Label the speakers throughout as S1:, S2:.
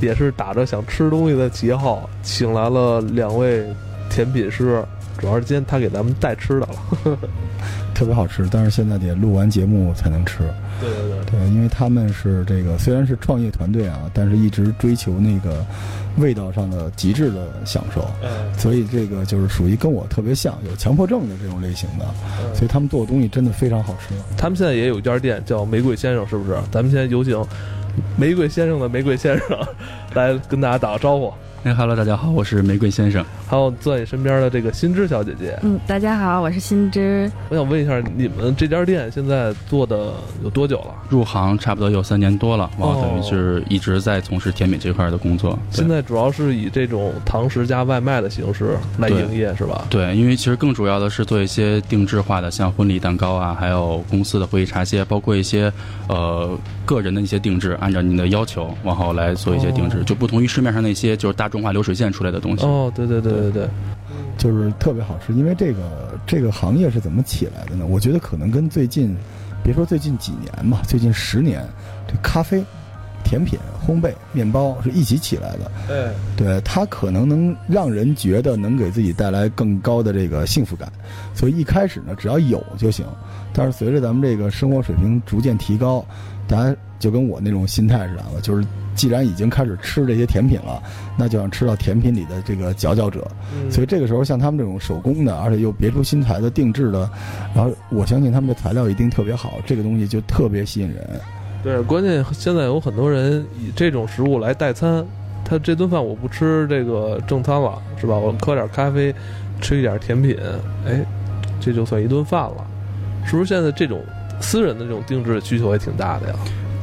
S1: 也是打着想吃东西的旗号，请来了两位甜品师，主要是今天他给咱们带吃的了。
S2: 特别好吃，但是现在得录完节目才能吃。
S1: 对对对，
S2: 对，因为他们是这个虽然是创业团队啊，但是一直追求那个味道上的极致的享受，
S1: 嗯，
S2: 所以这个就是属于跟我特别像，有强迫症的这种类型的，所以他们做的东西真的非常好吃。
S1: 他们现在也有一家店叫玫瑰先生，是不是？咱们先有请玫瑰先生的玫瑰先生来跟大家打个招呼，
S3: 哎哈喽，大家好，我是玫瑰先生。
S1: 还有坐在你身边的这个新知小姐姐。
S4: 嗯，大家好，我是新知。
S1: 我想问一下，你们这家店现在做的有多久了？
S3: 入行差不多有三年多了，然后等
S1: 哦
S3: 于是一直在从事甜品这块儿的工作。对
S1: 现在主要是以这种堂食加外卖的形式来
S3: 对
S1: 营业，是吧？
S3: 对，因为其实更主要的是做一些定制化的，像婚礼蛋糕啊，还有公司的会议茶歇，包括一些呃个人的一些定制，按照您的要求，然后来做一些定制，
S1: 哦
S3: 就不同于市面上那些就是大众化流水线出来的东西。
S1: 哦，对对对对对，
S2: 就是特别好吃。因为这个这个行业是怎么起来的呢？我觉得可能跟最近，别说最近几年吧，最近十年，这咖啡、甜品、烘焙、面包是一起起来的。
S1: 哎，
S2: 对它可能能让人觉得能给自己带来更高的这个幸福感，所以一开始呢，只要有就行。但是随着咱们这个生活水平逐渐提高，大家就跟我那种心态似的，我就是既然已经开始吃这些甜品了，那就想吃到甜品里的这个佼佼者。
S1: 嗯
S2: 所以这个时候，像他们这种手工的，而且又别出心裁的定制的，然后我相信他们的材料一定特别好，这个东西就特别吸引人。
S1: 对，关键现在有很多人以这种食物来代餐，他这顿饭我不吃这个正餐了，是吧？我
S3: 嗯
S1: 喝点咖啡，吃一点甜品，哎，这就算一顿饭了，是不是？现在这种私人的这种定制需求也挺大的呀。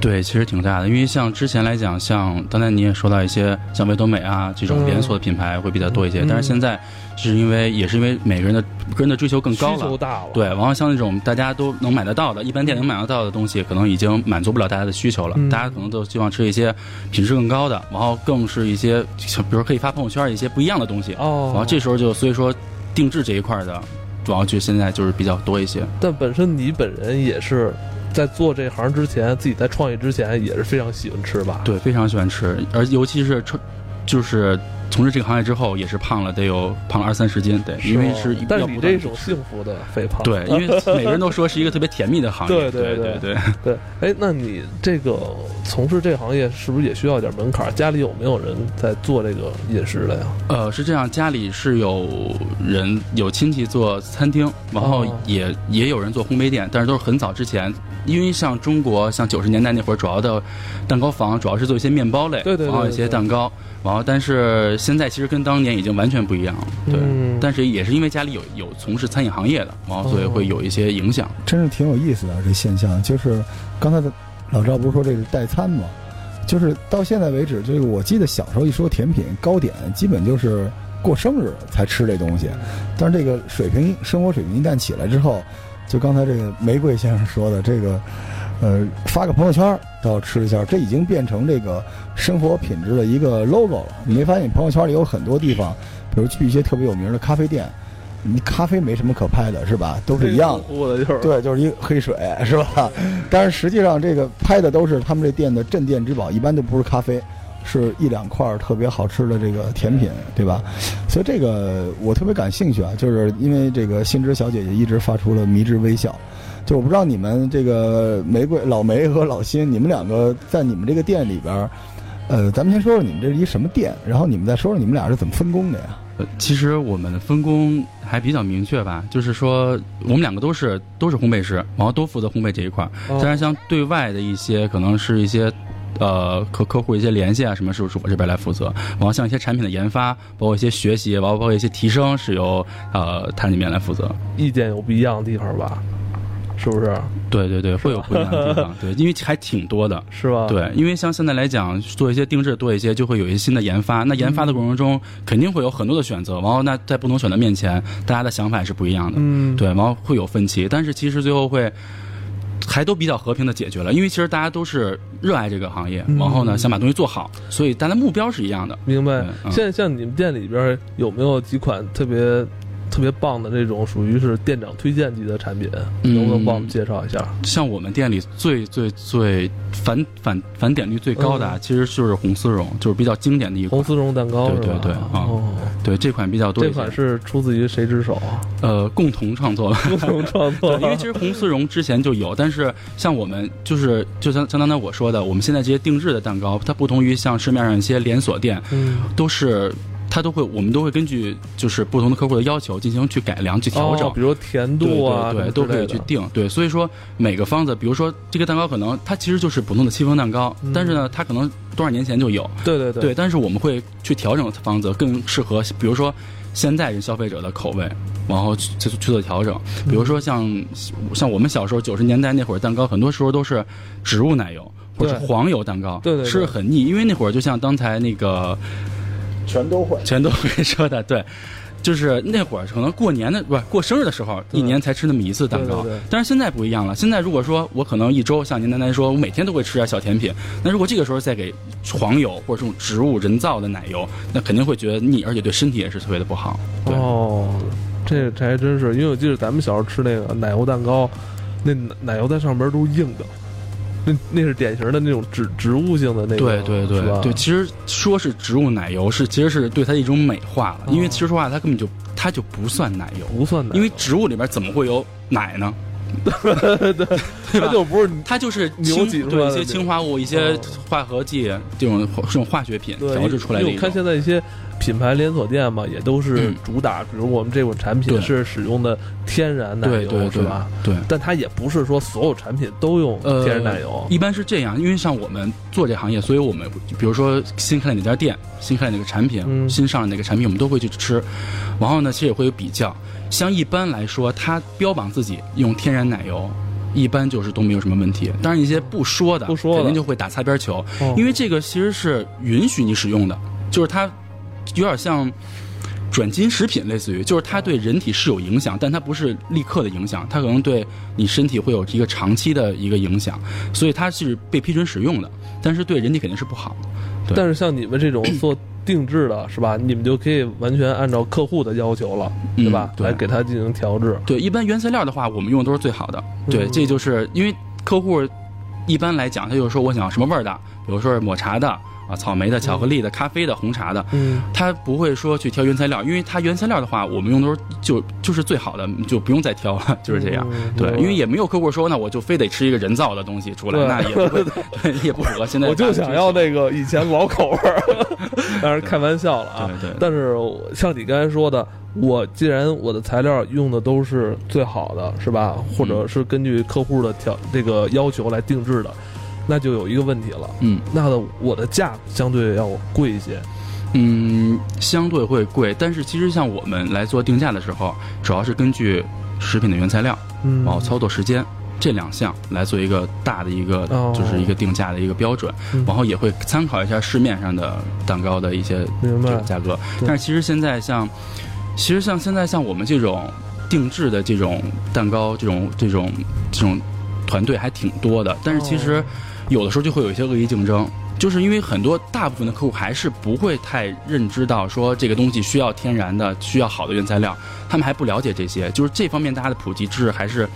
S3: 对，其实挺大的，因为像之前来讲，像刚才你也说到一些像维多美啊这种
S1: 嗯
S3: 连锁的品牌会比较多一些，
S1: 嗯
S3: 但是现在是因为也是因为每个人的个人的追求更高
S1: 需
S3: 了
S1: 求，大了。
S3: 对，，然后像那种大家都能买得到的，一般店能买得到的东西，可能已经满足不了大家的需求了。
S1: 嗯
S3: 大家可能都希望吃一些品质更高的，然后更是一些，像比如可以发朋友圈一些不一样的东西。
S1: 哦，
S3: 然后这时候就所以说定制这一块的，主要就现在就是比较多一些。
S1: 但本身你本人也是在做这行之前，自己在创业之前也是非常喜欢吃吧？
S3: 对，非常喜欢吃，而尤其是吃，就是从事这个行业之后，也是胖了得有胖了二三十斤，对，
S1: 是
S3: 因
S1: 吗，
S3: 为是
S1: 但是
S3: 要
S1: 你
S3: 不
S1: 这
S3: 断地
S1: 种
S3: 吃
S1: 幸福的肥胖，
S3: 对， 因为每个人都说是一个特别甜蜜的行
S1: 对
S3: 业，
S1: 对
S3: 对
S1: 对
S3: 对。
S1: 对，哎，那你这个从事这行业是不是也需要一点门槛？家里有没有人在做这个饮食的呀？
S3: 呃，是这样，家里是有人有亲戚做餐厅，然后
S1: 哦
S3: 也、也有人做烘焙店，但是都是很早之前，因为像中国像九十年代那会儿，主要的蛋糕房主要是做一些面包类，
S1: 对对对
S3: 然后一
S1: 对
S3: 些
S1: 对
S3: 蛋糕，然后但是现在其实跟当年已经完全不一样了，对。
S1: 嗯
S3: 但是也是因为家里有有从事餐饮行业的，然后所以
S1: 哦
S3: 会有一些影响。
S2: 真是挺有意思的这现象。就是刚才的老赵不是说这是代餐吗？就是到现在为止，这个我记得小时候一说甜品糕点，基本就是过生日才吃这东西。但是这个水平生活水平一旦起来之后，就刚才这个玫瑰先生说的这个，呃，发个朋友圈儿都要吃一下，这已经变成这个生活品质的一个 logo 了。你没发现你朋友圈里有很多地方，比如去一些特别有名的咖啡店，你咖啡没什么可拍的是吧？都是一样的。
S1: 乎的就是，
S2: 对，就是一个黑水，是吧？但是实际上，这个拍的都是他们这店的镇店之宝，一般都不是咖啡，是一两块儿特别好吃的这个甜品，对吧？所以这个我特别感兴趣啊，就是因为这个新知小姐姐一直发出了迷之微笑。就我不知道你们这个玫瑰老梅和老新，你们两个在你们这个店里边儿，呃，咱们先说说你们这是一什么店，然后你们再说说你们俩是怎么分工的呀？
S3: 呃其实我们分工还比较明确吧，就是说我们两个都是都是烘焙师，然后都负责烘焙这一块。
S1: 哦
S3: 当然，像对外的一些可能是一些。呃，和客户一些联系啊，什么是是我这边来负责。然后像一些产品的研发，包括一些学习，然后包括一些提升，是由呃他那边来负责。
S1: 意见有不一样的地方吧？是不是？
S3: 对对对，会有不一样的地方，对，因为还挺多的。
S1: 是吧？，
S3: 对，因为像现在来讲，做一些定制多一些，就会有一些新的研发。那研发的过程中，肯定会有很多的选择，然后那在不同选择面前，大家的想法也是不一样的。
S1: 嗯，
S3: 对，然后会有分歧，但是其实最后会还都比较和平的解决了，因为其实大家都是热爱这个行业，
S1: 嗯
S3: 然后呢想把东西做好，所以大家目标是一样的。
S1: 明白
S3: 对。嗯
S1: 现在像你们店里边有没有几款特别特别棒的这种属于是店长推荐级的产品，
S3: 嗯
S1: 能不能帮我们介绍一下？
S3: 像我们店里最最最返返返点率最高的啊，其实就是红丝绒，就是比较经典的一
S1: 嗯红
S3: 款。
S1: 丝绒蛋糕是
S3: 对
S1: 吧？
S3: 对对啊
S1: 哦，
S3: 对这款比较多一
S1: 这
S3: 些。
S1: 款是出自于谁之手？啊
S3: 呃共同 创作吧，
S1: 共同创作
S3: 对，，因为其实红丝绒之前就有，但是像我们就是就像相当才我说的，我们现在这些定制的蛋糕，它不同于像市面上一些连锁店，
S1: 嗯，
S3: 都是它都会我们都会根据就是不同的客户的要求进行去改良去调整。
S1: 哦比如甜度啊，
S3: 对对对，都可以去定。对，所以说每个方子，比如说这个蛋糕，可能它其实就是普通的戚风蛋糕，
S1: 嗯
S3: 但是呢，它可能多少年前就有。
S1: 对对对
S3: 对，但是我们会去调整方子，更适合，比如说现在人消费者的口味，然后去去去做调整。
S1: 嗯
S3: 比如说像、像我们小时候九十年代那会儿，蛋糕很多时候都是植物奶油或者
S1: 对
S3: 黄油蛋糕，
S1: 对对对
S3: 吃着很腻，因为那会儿就像刚才那个
S2: 全都会。
S3: 全都会说的，对。就是那会儿，可能过年的不是过生日的时候，
S1: 对
S3: 一年才吃那么一次蛋糕。
S1: 对对对
S3: 但是现在不一样了，现在如果说我可能一周，像您刚才说，我每天都会吃点小甜品，那如果这个时候再给黄油或者这种植物人造的奶油，那肯定会觉得腻，而且对身体也是特别的不好。对，
S1: 哦，这这还真是，因为我记得咱们小时候吃那个奶油蛋糕，那奶奶油在上边都是硬的，那那是典型的那种植植物性的那
S3: 对
S1: 个，
S3: 对
S1: 是吧
S3: 对对，，其实说是植物奶油是其实是对它的一种美化了，
S1: 哦
S3: 因为其实说话它根本就它就不算奶油，
S1: 不算奶油，
S3: 因为植物里边怎么会有奶呢？
S1: 它就不是
S3: 它就是
S1: 牛
S3: 氢
S1: 挤出来
S3: 对
S1: 的
S3: 一些
S1: 那
S3: 氢化物、一些化合剂哦这种这种化学品
S1: 对
S3: 调制出来
S1: 因
S3: 的
S1: 为
S3: 一
S1: 我看
S3: 种。
S1: 现在一些品牌连锁店嘛，也都是
S3: 嗯
S1: 主打，比如我们这款产品
S3: 对
S1: 是使用的天然奶
S3: 对
S1: 油，
S3: 对
S1: 是
S3: 对
S1: 吧？
S3: 对，
S1: 但它也不是说所有产品都用
S3: 呃
S1: 天然奶油，
S3: 一般是这样，因为像我们做这行业，所以我们比如说新开的哪家店、新开的哪个产品、
S1: 嗯
S3: 新上的哪个产品，我们都会去吃。然后呢，其实也会有比较。像一般来说，它标榜自己用天然奶油，一般就是都没有什么问题。当然，一些不说的，
S1: 不说的
S3: 肯定就会打擦边球，
S1: 哦
S3: 因为这个其实是允许你使用的，就是它有点像。转基因食品类似于，就是它对人体是有影响，但它不是立刻的影响，它可能对你身体会有一个长期的一个影响，所以它是被批准使用的，但是对人体肯定是不好的。对
S1: 但是像你们这种做定制的，是吧？你们就可以完全按照客户的要求了，
S3: 嗯
S1: 对吧？
S3: 对
S1: 来给它进行调制。
S3: 对，一般原材料的话，我们用的都是最好的。对，
S1: 嗯
S3: 这就是因为客户一般来讲，他就说我想要什么味儿的，比如说是抹茶的啊、草莓的、巧克力的、咖啡的、红茶的，
S1: 嗯，
S3: 他不会说去挑原材料，因为他原材料的话，我们用的都是就就是最好的，就不用再挑了，就是这样。
S1: 嗯
S3: 对，因为
S1: 也
S3: 也没有客户说，那我就非得吃一个人造的东西出来，
S1: 对
S3: 那也不会，对也不符 合现 在。
S1: 我就想要，那个以前老口味儿， 当然开玩笑了啊。
S3: 对对，
S1: 但是我像你刚才说的，我既然我的材料用的都是最好的，是吧？或者是根据客户的调这个要求来定制的，那就有一个问题了，
S3: 嗯
S1: 那我的价相对要贵一些。
S3: 嗯，相对会贵，但是其实像我们来做定价的时候，主要是根据食品的原材料，
S1: 嗯，
S3: 然后操作时间这两项来做一个大的一个，
S1: 哦
S3: 就是一个定价的一个标准
S1: 嗯，
S3: 然后也会参考一下市面上的蛋糕的一些
S1: 明
S3: 这
S1: 白
S3: 个。价格。
S1: 对
S3: 但是其实现在像，其实像现在像我们这种定制的这种蛋糕，这种这种这种团队还挺多的。但是其实
S1: 哦
S3: 有的时候就会有一些恶意竞争，就是因为很多大部分的客户还是不会太认知到说这个东西需要天然的，需要好的原材料，他们还不了解这些，就是这方面大家的普及知识还是。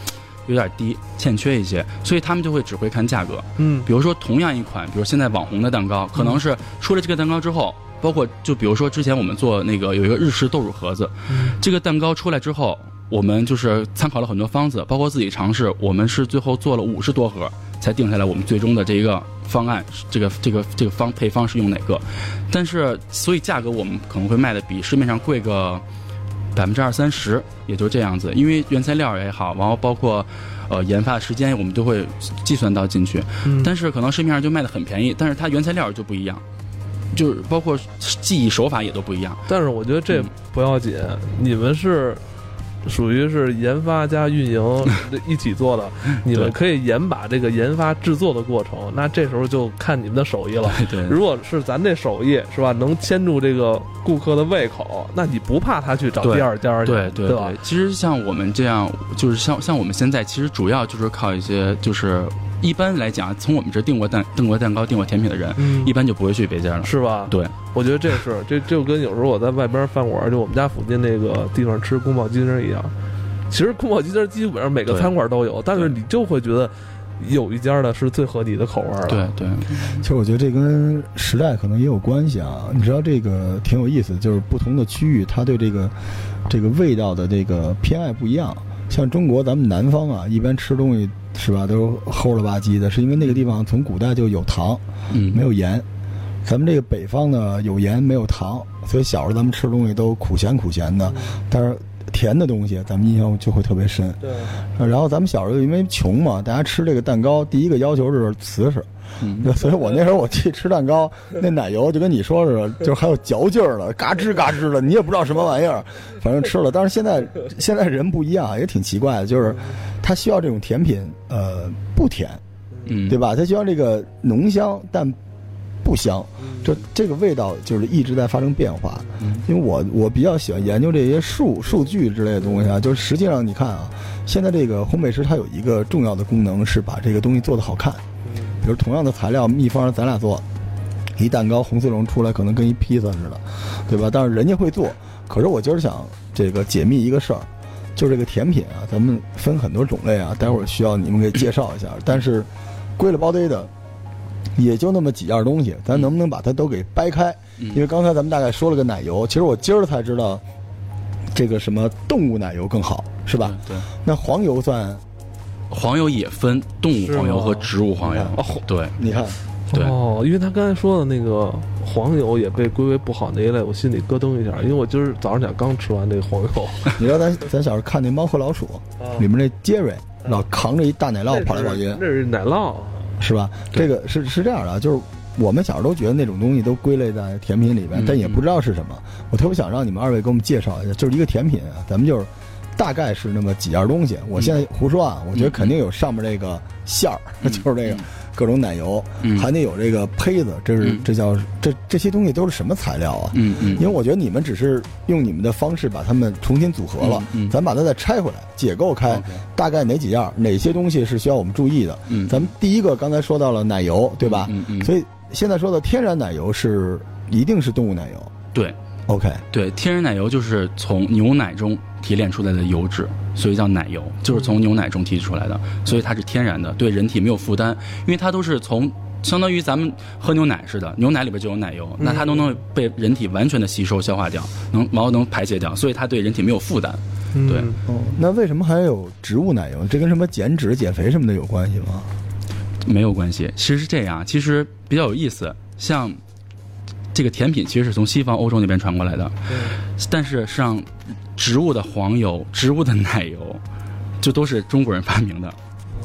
S3: 有点低，欠缺一些，所以他们就会只会看价格。
S1: 嗯，
S3: 比如说同样一款，比如现在网红的蛋糕，可能是出了这个蛋糕之后，包括就比如说之前我们做那个有一个日式豆乳盒子，
S1: 嗯
S3: 这个蛋糕出来之后，我们就是参考了很多方子，包括自己尝试，我们是最后做了五十多盒，才定下来我们最终的这一个方案，这个这个这个方配方是用哪个，但是所以价格我们可能会卖的比市面上贵个。百分之二三十，也就这样子，因为原材料也好，然后包括，呃，研发时间我们都会计算到进去。
S1: 嗯
S3: 但是可能市面上就卖的很便宜，但是它原材料就不一样，就是包括技艺手法也都不一样。
S1: 但是我觉得这
S3: 嗯
S1: 不要紧，你们是属于是研发加运 营一起做的，你们可以严把这个研发制作的过程，那这时候就看你们的手艺了。
S3: 对
S1: 如果是咱这手艺是吧，能牵住这个顾客的胃口，那你不怕他去找
S3: 对
S1: 第二家去，
S3: 对
S1: 对
S3: 对
S1: 吧？
S3: 其实像我们这样，就是像像我们现在，其实主要就是靠一些就是一般来讲，从我们这儿订过蛋、订过蛋糕、订过甜品的人，
S1: 嗯
S3: 一般就不会去别家了。
S1: 是吧？
S3: 对，
S1: 我觉得这是这这就跟有时候我在外边饭馆，就我们家附近那个地方吃宫保鸡丁一样。其实宫保鸡丁基本上每个
S3: 对
S1: 餐馆都有，但是你就会觉得有一家的是最合你的口味儿了。
S2: 啊
S3: 对对，
S2: 其实我觉得这跟时代可能也有关系啊。你知道这个挺有意思，就是不同的区域它对这个这个味道的这个偏爱不一样。像中国咱们南方啊，一般吃东西是吧，都齁了吧唧的，是因为那个地方从古代就有糖，
S3: 嗯，
S2: 没有盐。咱们这个北方呢，有盐没有糖，所以小时候咱们吃东西都苦咸苦咸的，但是甜的东西咱们印象就会特别深。
S1: 对，
S2: 然后咱们小时候因为穷嘛，大家吃这个蛋糕，第一个要求是瓷实，
S3: 嗯，
S2: 所以我那时候我去吃蛋糕，那奶油就跟你说似的，就是还有嚼劲儿了，嘎吱嘎吱的，你也不知道什么玩意儿，反正吃了。但是现在现在人不一样，啊也挺奇怪的，就是他需要这种甜品，呃，不甜，
S3: 嗯，
S2: 对？吧？他需要这个浓香但不香，这这个味道就是一直在发生变化。
S3: 嗯
S2: 因为我我比较喜欢研究这些数数据之类的东西啊，就是实际上你看啊，现在这个烘焙师它有一个重要的功能是把这个东西做得好看，比如同样的材料秘方咱俩做，一蛋糕红丝绒出来可能跟一披萨似的，对吧？但是人家会做，可是我今儿想这个解密一个事儿，就这个甜品啊，咱们分很多种类啊，待会儿需要你们给介绍一下，但是归了包堆的。也就那么几样东西，咱能不能把它都给掰开？
S3: 嗯
S2: 因为刚才咱们大概说了个奶油，其实我今儿才知道，这个什么动物奶油更好，是吧？
S3: 对，
S2: 那黄油算？
S3: 黄油也分动物
S1: 是
S3: 黄油
S1: 吗
S3: 和植物黄油
S2: 你。
S1: 看哦
S3: 对
S2: 你看，
S3: 对
S1: 哦，因为他刚才说的那个黄油也被归为不好那一类，我心里咯噔一下，因为我今儿早上起来刚吃完这个黄油。
S2: 你知道咱咱小时候看那《猫和老鼠》里面那杰瑞，老扛着一大奶酪跑来跑去，
S1: 那是奶酪。
S2: 是吧？这
S3: 对
S2: 个是是这样的啊，就是我们小时候都觉得那种东西都归类在甜品里边，
S3: 嗯
S2: 但也不知道是什么。我特别想让你们二位给我们介绍一下，就是一个甜品啊，咱们就是大概是那么几样东西。我现在胡说啊，我觉得肯定有上面这个馅儿，
S3: 嗯
S2: 就是这个各种奶油，
S3: 嗯
S2: 还得有这个胚子，这是
S3: 嗯
S2: 这叫这这些东西都是什么材料啊？
S3: 嗯嗯
S2: 因为我觉得你们只是用你们的方式把它们重新组合了，
S3: 嗯嗯
S2: 咱把它再拆回来，解构开
S3: OK
S2: 大概哪几样，哪些东西是需要我们注意的？
S3: 嗯
S2: 咱们第一个刚才说到了奶油，对吧？
S3: 嗯嗯，
S2: 所以现在说的天然奶油是一定是动物奶油
S3: 对
S2: ，OK，
S3: 对，天然奶油就是从牛奶中提炼出来的油脂，所以叫奶油，就是从牛奶中提取出来的，所以它是天然的，对人体没有负担，因为它都是从。相当于咱们喝牛奶似的，牛奶里边就有奶油，那它都能被人体完全的吸收消化掉，能然后能排解掉，所以它对人体没有负担。对
S1: 嗯
S2: 哦，那为什么还有植物奶油？这跟什么减脂、减肥什么的有关系吗？
S3: 没有关系，其实是这样，其实比较有意思。像这个甜品其实是从西方欧洲那边传过来的，但是像植物的黄油、植物的奶油，就都是中国人发明的，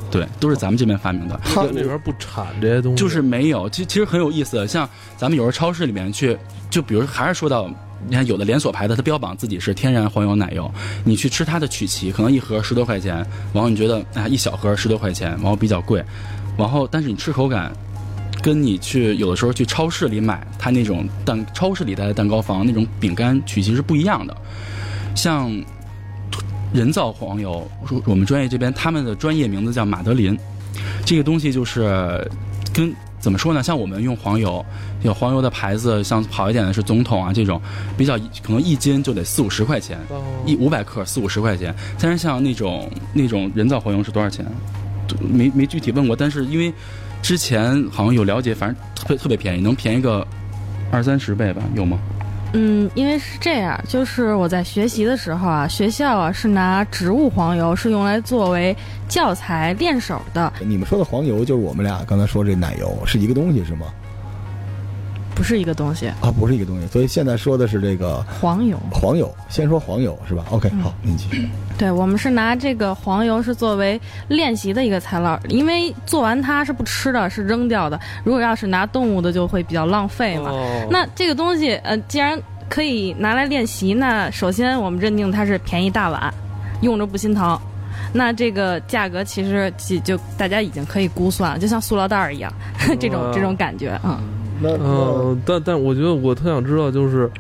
S3: 对，都是咱们这边发明的。
S2: 它
S1: 那边不产这些东西，
S3: 就是没有，其其实很有意思。像咱们有时候超市里面去，就比如还是说到，你看有的连锁牌子，它标榜自己是天然黄油奶油，你去吃它的曲奇，可能一盒十多块钱，然后你觉得啊一小盒十多块钱，然后比较贵，然后但是你吃口感。跟你去有的时候去超市里买它那种蛋，超市里的蛋糕房那种饼干曲奇是不一样的。像人造黄油，说我们专业这边他们的专业名字叫马德琳，这个东西就是跟怎么说呢？像我们用黄油，有黄油的牌子，像好一点的是总统啊这种，比较可能一斤就得四五十块钱，
S1: 哦
S3: 一五百克四五十块钱。但是像那种那种人造黄油是多少钱？就没没具体问过，但是因为之前好像有了解，反正特别特别便宜，能便宜个二三十倍吧？有吗？
S4: 嗯，因为是这样，就是我在学习的时候啊，学校啊是拿植物黄油是用来作为教材练手的，
S2: 你们说的黄油就是我们俩刚才说这奶油是一个东西是吗？
S4: 不是一个东西。
S2: 啊，不是一个东西，所以现在说的是这个
S4: 黄油，
S2: 黄油，先说黄油是吧？OK，
S4: 嗯
S2: 好，您继续。
S4: 对我们是拿这个黄油是作为练习的一个材料，因为做完它是不吃的，是扔掉的。如果要是拿动物的，就会比较浪费嘛。
S1: 哦
S4: 那这个东西，呃，既然可以拿来练习，那首先我们认定它是便宜大碗，用着不心疼。那这个价格其实就就大家已经可以估算了，就像塑料袋儿一样， 这种这种感觉，嗯，
S2: 那那
S1: 呃嗯，但但我觉得我特想知道，就是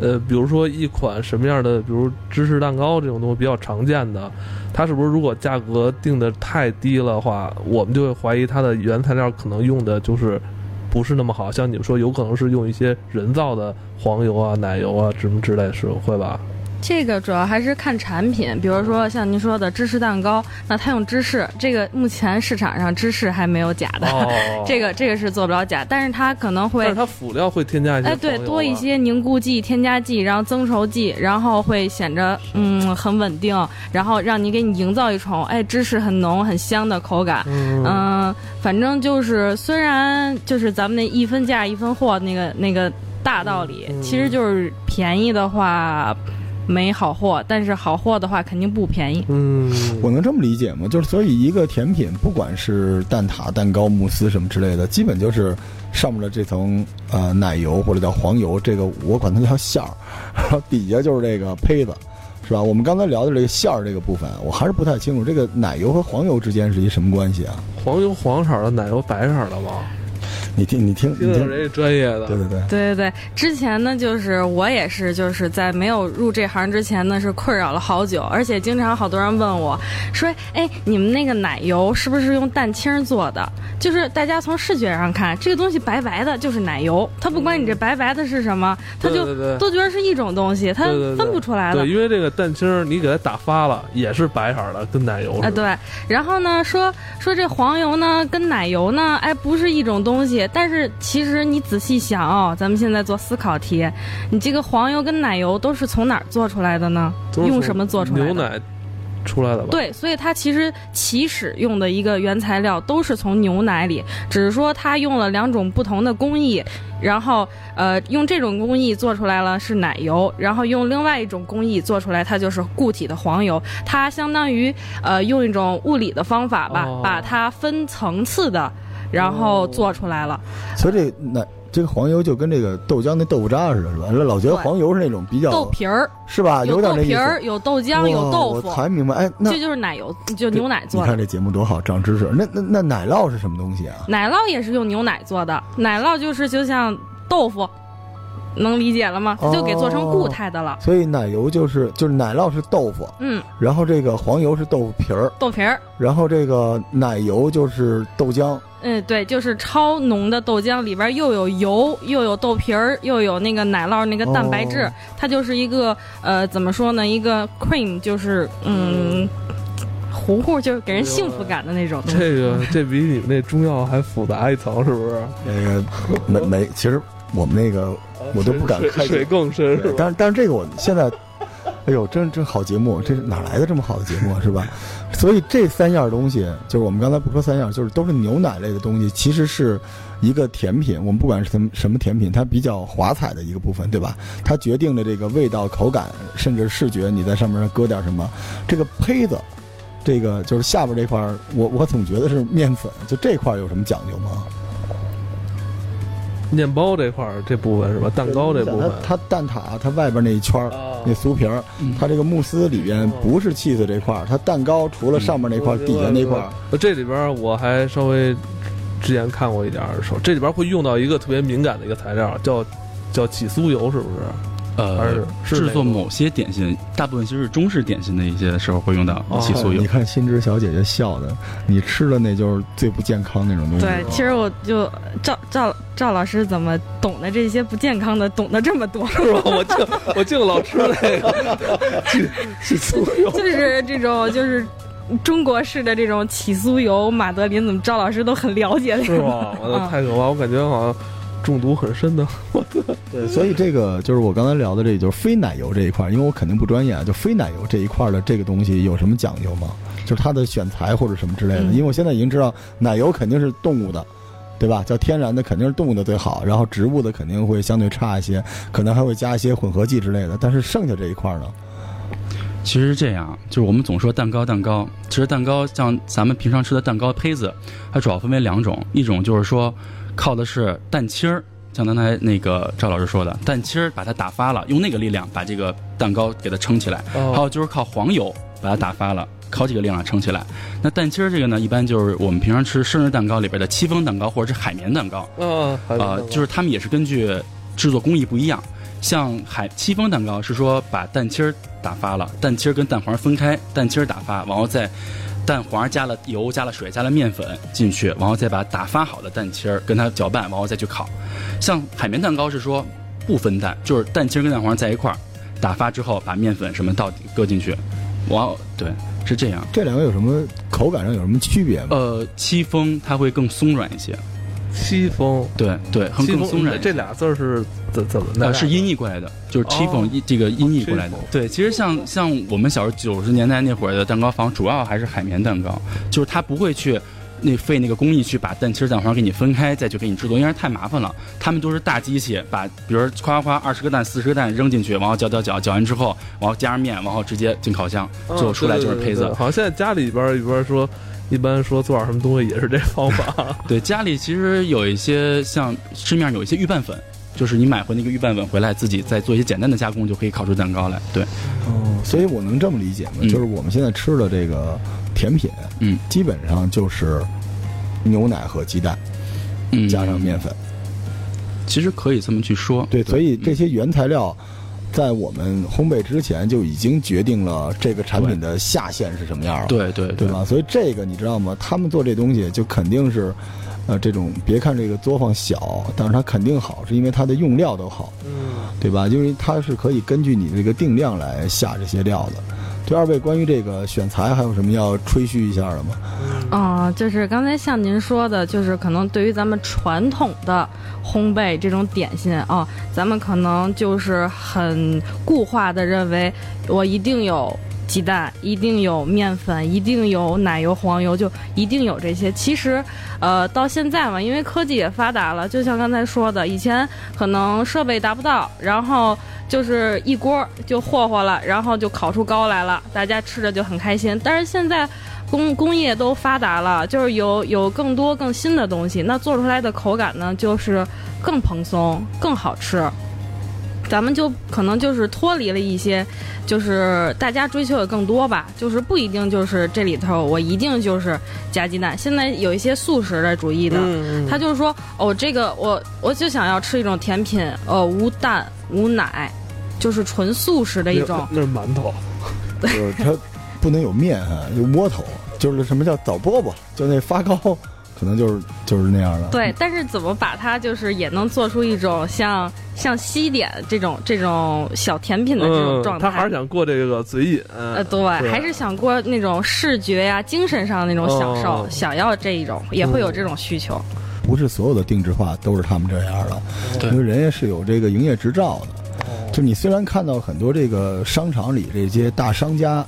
S1: 呃，比如说一款什么样的，比如芝士蛋糕这种东西比较常见的，它是不是如果价格定的太低了的话，我们就会怀疑它的原材料可能用的就是不是那么好，像你们说有可能是用一些人造的黄油啊、奶油啊什么之类的，是会 吧？
S4: 这个主要还是看产品，比如说像您说的芝士蛋糕，那它用芝士，这个目前市场上芝士还没有假的，
S1: 哦
S4: 这个这个是做不了假，但是它可能
S1: 但
S4: 会
S1: 是。它辅料会添加一些
S4: 哎，
S1: 黄油啊、
S4: 对，多一些凝固剂、添加剂，然后增稠剂，然后会显着嗯很稳定，然后让你给你营造一种哎芝士很浓很香的口感。
S1: 嗯，
S4: 嗯、反正就是虽然就是咱们那一分价一分货那个那个大道理，
S1: 嗯嗯
S4: 其实就是便宜的话没好货，但是好货的话肯定不便宜。
S1: 嗯，
S2: 我能这么理解吗？就是所以一个甜品，不管是蛋挞、蛋糕、慕斯什么之类的，基本就是上面的这层呃奶油或者叫黄油，这个我管它叫馅儿，然后底下就是这个胚子，是吧？我们刚才聊的这个馅儿这个部分，我还是不太清楚这个奶油和黄油之间是一什么关系啊？
S1: 黄油黄色的，奶油白色的吗？
S2: 你听，你听，
S1: 听听
S2: 你听，
S1: 人家专业的，
S2: 对对对，
S4: 对对对，之前呢，就是我也是，就是在没有入这行之前呢，是困扰了好久，而且经常好多人问我说：“哎，你们那个奶油是不是用蛋清做的？”就是大家从视觉上看，这个东西白白的，就是奶油，它不管你这白白的是什么，它就
S1: 对对对
S4: 都觉得是一种东西，它
S1: 对对对
S4: 分不出来的
S1: 对，。因为这个蛋清儿你给它打发了，也是白色儿的，跟奶油
S4: 啊，
S1: 似的。
S4: 对，然后呢，说说这黄油呢跟奶油呢，哎，不是一种东西。但是其实你仔细想哦，咱们现在做思考题，你这个黄油跟奶油都是从哪儿做出来的呢？
S1: 都是
S4: 用
S1: 从
S4: 什么做出来的？
S1: 牛奶出来的吧？，
S4: 对，所以它其实起始用的一个原材料都是从牛奶里，只是说它用了两种不同的工艺，然后呃用这种工艺做出来了是奶油，然后用另外一种工艺做出来它就是固体的黄油，它相当于呃用一种物理的方法吧，
S1: 哦
S4: 把它分层次的。然
S2: 哦
S4: 后做出来了，
S2: 所以这奶这个黄油就跟这个豆浆那豆腐渣似的，是吧？老觉得黄油是那种比
S4: 豆
S2: 较
S4: 皮儿
S2: 是吧？
S4: 有
S2: 啊点
S4: 豆
S2: 那意
S4: 皮
S2: 思
S4: 儿，。有豆浆，有
S2: 哇
S4: 豆
S2: 我
S4: 腐，
S2: 才明白。哎，那
S4: 这就是奶油，就牛奶
S2: 你
S4: 做的
S2: 看。这节目多好，长知识。那那那奶酪是什么东西啊？
S4: 奶酪也是用牛奶做的，奶酪就是就像豆腐，能理解了吗？它
S2: 哦
S4: 就给做成固态的了。
S2: 所以奶油就是就是奶酪是豆腐，
S4: 嗯，
S2: 然后这个黄油是豆腐皮儿，
S4: 豆皮儿，
S2: 然后这个奶油就是豆浆。
S4: 嗯，对，就是超浓的豆浆，里边又有油，又有豆皮儿，又有那个奶酪那个蛋白质，
S2: 哦
S4: 它就是一个呃，怎么说呢？一个 cream，就是嗯，糊糊，就是给人幸福感的那种东西。
S1: 这个这比你们那中药还复杂一层，是不是？
S2: 那个没没，其实我们那个，我都不敢
S1: 水
S2: 开
S1: 水更深，是吧？
S2: 但是但是这个我现在，哎呦，真真好节目，这哪来的这么好的节目啊是吧？ 所以这三样东西，就是我们刚才不说三样，就是都是牛奶类的东西，其实是一个甜品。我们不管是什么什么甜品，它比较华彩的一个部分，对吧？它决定了这个味道、口感，甚至视觉。你在上面搁点什么，这个胚子，这个就是下边这块儿，我我总觉得是面粉，就这块儿有什么讲究吗？
S1: 面包这块儿这部分是吧？蛋糕这部分，
S2: 它它蛋挞它外边那一圈儿。
S1: 啊
S2: 那酥皮儿，
S3: 嗯
S2: 它这个慕斯里边不是 cheese 这块儿，它蛋糕除了上面那块儿，底下那块儿，
S1: 呃这里边儿我还稍微之前看过一点儿说，这里边儿会用到一个特别敏感的一个材料，叫叫起酥油，是不是？ 还
S3: 呃
S1: 是，是
S3: 制作
S1: 哪个
S3: 某些点心，大部分其实是中式点心的一些时候会用到起酥油
S2: 你。看心之小姐姐笑的，你吃的那就是最不健康那种东西。
S4: 对，其实我就赵赵赵老师怎么懂得这些不健康的，懂得这么多？
S1: 是吧？我净我净老吃那个 起起酥油，
S4: 就是这种就是中国式的这种起酥油，马德琳怎么赵老师都很了解 的。
S1: 是 吧？我的
S4: 嗯
S1: 太可怕，我感觉好像中毒很深的。
S2: 对，所以这个就是我刚才聊的，这就是非奶油这一块儿，因为我肯定不专业啊，就非奶油这一块儿的这个东西有什么讲究吗？就是它的选材或者什么之类的，
S4: 嗯
S2: 因为我现在已经知道奶油肯定是动物的。对吧？叫天然的肯定是动物的最好，然后植物的肯定会相对差一些，可能还会加一些混合剂之类的。但是剩下这一块儿呢，
S3: 其实是这样，就是我们总说蛋糕，蛋糕，其实蛋糕像咱们平常吃的蛋糕胚子，它主要分为两种，一种就是说靠的是蛋清儿，像刚才那个赵老师说的，蛋清儿把它打发了，用那个力量把这个蛋糕给它撑起来；
S1: 哦
S3: 还有就是靠黄油把它打发了。靠这个力量撑起来，那蛋清儿这个呢，一般就是我们平常吃生日蛋糕里边的戚风蛋糕或者是海绵蛋糕，
S1: 啊，
S3: 呃，就是他们也是根据制作工艺不一样，像海戚风蛋糕是说把蛋清儿打发了，蛋清儿跟蛋黄分开，蛋清儿打发，然后再蛋黄加了油、加了水、加了面粉进去，然后再把打发好的蛋清儿跟它搅拌，然后再去烤。像海绵蛋糕是说不分蛋，就是蛋清儿跟蛋黄在一块儿打发之后，把面粉什么倒搁进去。哇哦，对，是这样。
S2: 这两个有什么口感上有什么区别吗？
S3: 呃，戚风它会更松软一些，
S1: 戚风，
S3: 对对，很
S1: 戚
S3: 更松
S1: 风
S3: 软一些。
S1: 这俩字儿是怎怎么
S3: 呃，
S1: 的？
S3: 是音译过来的，就是 c h i p o
S1: 哦
S3: 这个音译过来的
S1: Chiffon。
S3: 对，其实像像我们小时候九十年代那会儿的蛋糕房，主要还是海绵蛋糕，就是它不会去那费那个工艺去把蛋清儿、蛋黄给你分开，再去给你制作，因为太麻烦了。他们都是大机器，把比如夸夸夸二十个蛋、四十个蛋扔进去，然后搅搅搅，搅完之后，然后加上面，然后直接进烤箱，
S1: 嗯
S3: 最后出来就
S1: 对
S3: 是
S1: 对
S3: 胚
S1: 对
S3: 子
S1: 对。好像现在家里边儿一边说，一般说做点什么东西也是这方 法。
S3: 对，家里其实有一些像市面上有一些预拌粉，就是你买回那个预拌粉回来，自己再做一些简单的加工，就可以烤出蛋糕来。对，
S2: 哦，所以我能这么理解吗？
S3: 嗯
S2: 就是我们现在吃的这个甜品，
S3: 嗯，
S2: 基本上就是牛奶和鸡蛋
S3: 嗯，嗯
S2: 加上面粉。
S3: 其实可以这么去说，
S2: 对，所以这些原材料在我们烘焙之前就已经决定了这个产品的下限是什么样了。
S3: 对对
S2: 对吧？所以这个你知道吗？他们做这东西就肯定是，呃，这种别看这个作坊小，但是它肯定好，是因为它的用料都好，
S1: 嗯，
S2: 对吧？因为它是可以根据你这个定量来下这些料的。对二位，关于这个选材还有什么要吹嘘一下的吗？
S4: 嗯、就是刚才像您说的，就是可能对于咱们传统的烘焙这种点心啊、咱们可能就是很固化的认为，我一定有鸡蛋，一定有面粉，一定有奶油、黄油，就一定有这些。其实，呃，到现在嘛，因为科技也发达了，就像刚才说的，以前可能设备达不到，然后就是一锅就霍霍了，然后就烤出糕来了，大家吃着就很开心。但是现在。工工业都发达了，就是有有更多更新的东西，那做出来的口感呢，就是更蓬松、更好吃。咱们就可能就是脱离了一些，就是大家追求的更多吧，就是不一定就是这里头我一定就是加鸡蛋。现在有一些素食的主义的，
S1: 嗯
S4: 他就是说，哦，这个我我就想要吃一种甜品，呃，无蛋无奶，就是纯素食的一 种。
S1: 那是馒头，
S2: 就是它不能有面啊，有窝头，就是什么叫早饽饽，就那发糕，可能就是就是那样的。
S4: 对，但是怎么把它就是也能做出一种像像西点这种这种小甜品的这种
S1: 嗯
S4: 状，态？
S1: 他还是啊想过这个嘴瘾。
S4: 呃，对，还是想过那种视觉呀、精神上那种享受，
S1: 哦嗯
S4: 想要这一种，也会有这种需求。
S2: 不是所有的定制化都是他们这样的，
S3: 对
S2: 因为人家是有这个营业执照的。就你虽然看到很多这个商场里这些大商家，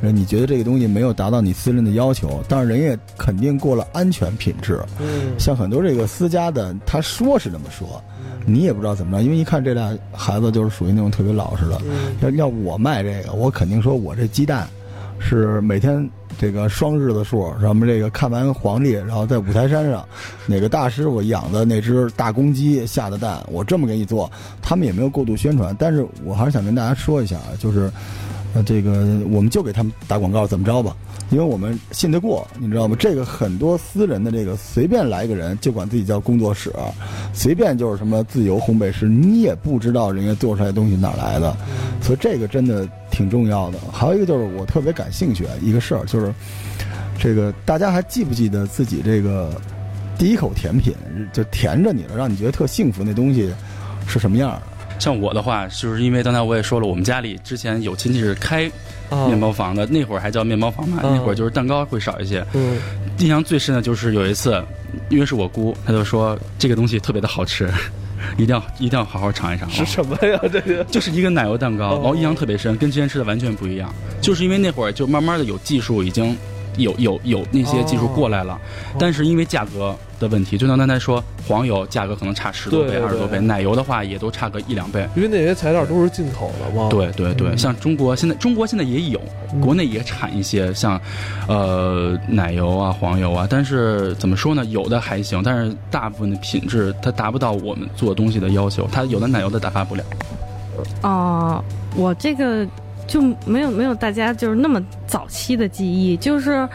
S2: 呃你觉得这个东西没有达到你私人的要求，但是人也肯定过了安全品质。
S1: 嗯
S2: 像很多这个私家的，他说是这么说，你也不知道怎么着，因为一看这俩孩子就是属于那种特别老实的。
S1: 嗯
S2: 要要我卖这个，我肯定说我这鸡蛋是每天这个双日子数，什么这个看完黄历，然后在五台山上哪个大师傅养的那只大公鸡下的蛋，我这么给你做，他们也没有过度宣传，但是我还是想跟大家说一下，啊，就是。呃，这个我们就给他们打广告，怎么着吧？因为我们信得过，你知道吗？这个很多私人的这个随便来一个人就管自己叫工作室，啊随便就是什么自由烘焙师，你也不知道人家做出来的东西哪儿来的，所以这个真的挺重要的。还有一个就是我特别感兴趣啊一个事儿，就是这个大家还记不记得自己这个第一口甜品就甜着你了，让你觉得特幸福那东西是什么样儿的？
S3: 像我的话，就是因为刚才我也说了，我们家里之前有亲戚是开
S2: 嗯
S1: 啊
S3: 面包房的，那会儿还叫面包房嘛，
S1: 嗯
S3: 那会儿就是蛋糕会少一些。
S1: 嗯
S3: 印象最深的就是有一次，因为是我姑，她就说这个东西特别的好吃， 一定要一定要好好尝一尝。
S1: 是什么呀？这个
S3: 就是一个奶油蛋糕，
S1: 哦
S3: 然后印象特别深，跟之前吃的完全不一样。就是因为那会儿就慢慢的有技术，已经有有有那些技术过来了，
S1: 哦
S3: 但是因为价格的问题，就像刚才说，黄油价格可能差十多
S1: 对
S3: 倍、
S1: 对
S3: 二十多
S1: 对
S3: 倍，奶油的话也都差个一两倍。
S1: 因为那些材料都是进口的嘛。
S3: 对对对，
S1: 嗯
S3: 像中国现在，中国现在也有，
S1: 嗯
S3: 国内也产一些像，呃，奶油啊、黄油啊，但是怎么说呢，有的还行，但是大部分的品质它达不到我们做东西的要求，它有的奶油它打发不了。
S4: 哦、我这个就没有没有大家就是那么早期的记忆，就是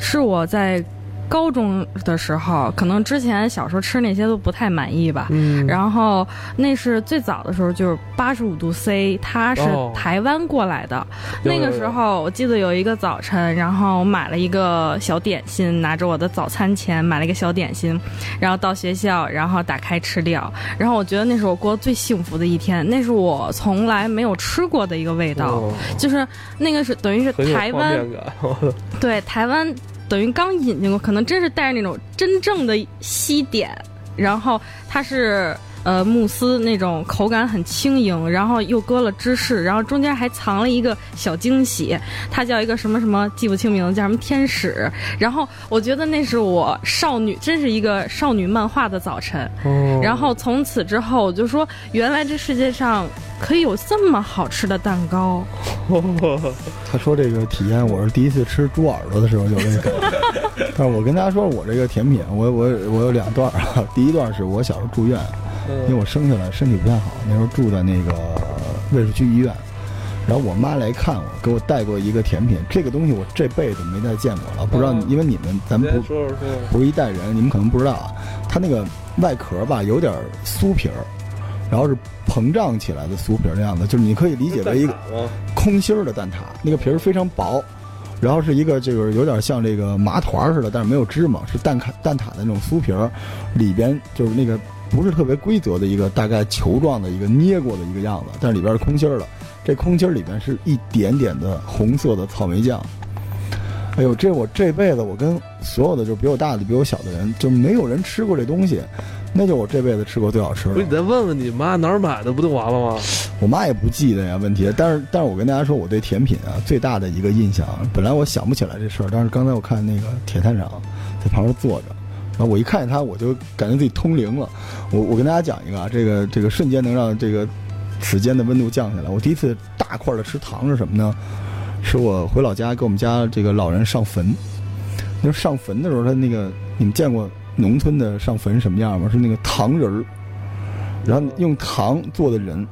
S4: 是我在高中的时候，可能之前小时候吃那些都不太满意吧。
S1: 嗯，
S4: 然后那是最早的时候，就是八十五度 C，它是
S1: 哦
S4: 台湾过来的。
S1: 有
S4: 那个时，候我记得有一个早晨，然后买了一个小点心，拿着我的早餐钱买了一个小点心，然后到学校，然后打开吃掉。然后我觉得那是我过最幸福的一天，那是我从来没有吃过的一个味
S1: 有
S4: 道，
S1: 哦
S4: 就是那个是等于是
S1: 很有
S4: 台
S1: 画
S4: 湾
S1: 面感，
S4: 对台湾等于刚引进过，可能真是带着那种真正的西点，然后它是呃慕斯那种口感很轻盈，然后又搁了芝士，然后中间还藏了一个小惊喜，它叫一个什么什么记不清名字，叫什么天使。然后我觉得那是我少女，真是一个少女漫画的早晨。
S1: 哦
S4: 然后从此之后，我就说原来这世界上可以有这么好吃的蛋糕。
S2: 他说这个体验，我是第一次吃猪耳朵的时候有这个 感觉。但是我跟大家说，我这个甜品，我我我有两段儿啊。第一段是我小时候住院，因为我生下来身体不太好，那时候住在那个卫戍区医院。然后我妈来看我，给我带过一个甜品，这个东西我这辈子没再见过了，不知道你，
S1: 嗯
S2: 因为你们咱
S1: 你
S2: 们
S1: 先
S2: 不
S1: 说说说，
S2: 不是一代人，你们可能不知道啊，它那个外壳吧有点酥皮儿，然后是膨胀起来的酥皮儿那样子，就是你可以理解为一个
S1: 个
S2: 空心儿的蛋挞，那个皮儿非常薄，然后是一个这个有点像这个麻团儿似的，但是没有芝麻，是蛋挞蛋挞的那种酥皮儿，里边就是那个不是特别规则的一个大概球状的一个捏过的一个样子，但是里边是空心儿的，这空心儿里边是一点点的红色的草莓酱。哎呦，这我这辈子我跟所有的就比我大的、比我小的人，就没有人吃过这东西，那就我这辈子吃过最好吃的
S1: 不是。你再问问你妈哪儿买的不就完了吗？
S2: 我妈也不记得呀，问题。但是，但是我跟大家说，我对甜品啊最大的一个印象，啊本来我想不起来这事儿，但是刚才我看那个铁探长在旁边坐着，然后我一看见他，我就感觉自己通灵了。我我跟大家讲一个啊，这个这个瞬间能让这个指尖的温度降下来。我第一次大块的吃糖是什么呢？是我回老家给我们家这个老人上坟。那时候上坟的时候，他那个你们见过农村的上坟什么样吗？是那个糖人儿，然后用糖做的人。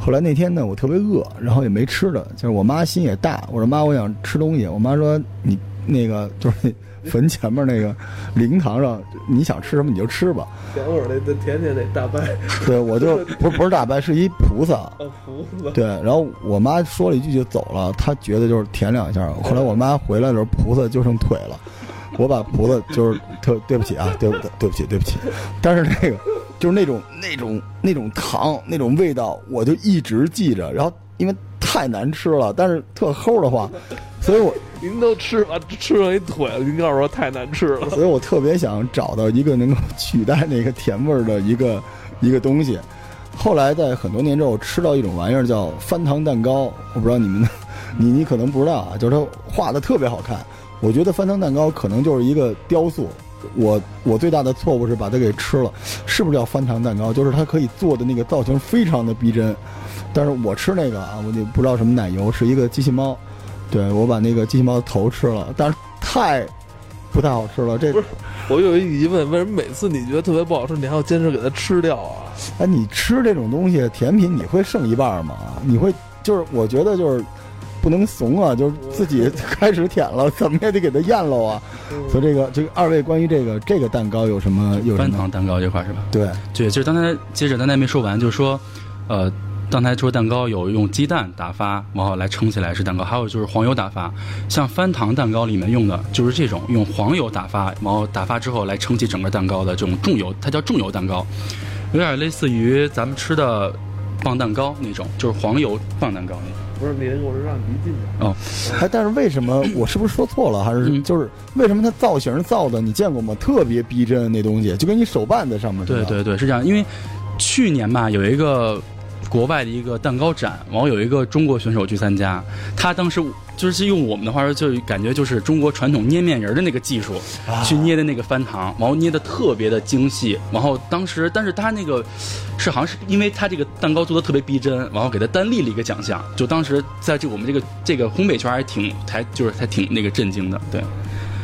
S2: 后来那天呢，我特别饿，然后也没吃的，就是我妈心也大，我说妈，我想吃东西。我妈说你那个就是那坟前面那个灵堂上，你想吃什么你就吃吧。
S1: 前会儿那那甜甜那大白
S2: 对，我就不是不是大白，是一菩萨。
S1: 啊胡子，
S2: 对，然后我妈说了一句就走了，她觉得就是舔两下。后来我妈回来的时候，菩萨就剩腿了，我把菩萨就是特对不起啊，对不对？对不起，对不起。但是那个就是那种那种那种糖那种味道，我就一直记着。然后因为太难吃了，但是特齁的话，所以我
S1: 您都吃吧，吃上一腿了，您告诉我太难吃 了。
S2: 所以我特别想找到一个能够取代那个甜味儿的一个一个东西。后来在很多年之后，我吃到一种玩意儿叫翻糖蛋糕，我不知道你们， 你你可能不知道啊，就是它画的特别好看。我觉得翻糖蛋糕可能就是一个雕塑。我我最大的错误是把它给吃了，是不是叫翻糖蛋糕？就是它可以做的那个造型非常的逼真，但是我吃那个啊，我就不知道什么奶油，是一个机器猫，对我把那个机器猫的头吃了，但是太不太好吃了。这
S1: 不是我有一疑问，为什么每次你觉得特别不好吃，你还要坚持给它吃掉啊？
S2: 哎，你吃这种东西，甜品你会剩一半吗？你会就是我觉得就是不能怂啊，就是自己开始舔了，怎么也得给它咽喽啊。所以这个这个二位关于这个这个蛋糕有什么有什
S3: 翻
S2: 么？
S3: 糖蛋糕这块是吧？
S2: 对，
S3: 对，就是刚才接着刚才没说完，就是说，呃，刚才说蛋糕有用鸡蛋打发，然后来撑起来是蛋糕，还有就是黄油打发，像翻糖蛋糕里面用的就是这种用黄油打发，然后打发之后来撑起整个蛋糕的这种重油，它叫重油蛋糕，有点类似于咱们吃的棒蛋糕那种，就是黄油棒蛋糕那种。
S1: 不是你，我是让你离近点。
S2: 哎，但是为什么我是不是说错了？还是
S3: 嗯
S2: 就是为什么它造型造的你见过吗？特别逼真那东西，就跟你手办在上面似
S3: 对
S2: 的。
S3: 对对，是这样，因为去年吧有一个。国外的一个蛋糕展，然后有一个中国选手去参加，他当时就是用我们的话说，就是感觉就是中国传统捏面人儿的那个技术，
S2: 啊
S3: 去捏的那个翻糖，然后捏的特别的精细，然后当时，但是他那个是好像是因为他这个蛋糕做的特别逼真，然后给他单立了一个奖项，就当时在这个我们这个这个烘焙圈还挺还就是还挺那个震惊的，对，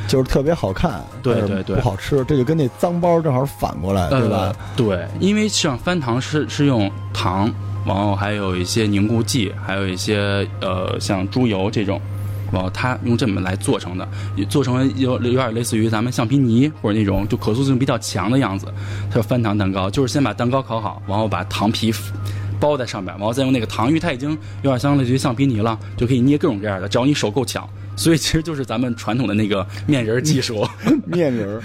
S2: 就是特别好看，
S3: 对
S2: 但是
S3: 对对
S2: 不好吃，这就跟那脏包正好反过来，对吧
S3: 呃？？对，因为像翻糖是是用糖，然后还有一些凝固剂，还有一些呃像猪油这种然后它用这么来做成的，也做成有有点类似于咱们橡皮泥或者那种就可塑性比较强的样子。它叫翻糖蛋糕，就是先把蛋糕烤好，然后把糖皮包在上面，然后再用那个糖，因为它已经有点相类似于橡皮泥了，就可以捏各种各样的，只要你手够巧。所以其实就是咱们传统的那个面人技术，
S2: 面人儿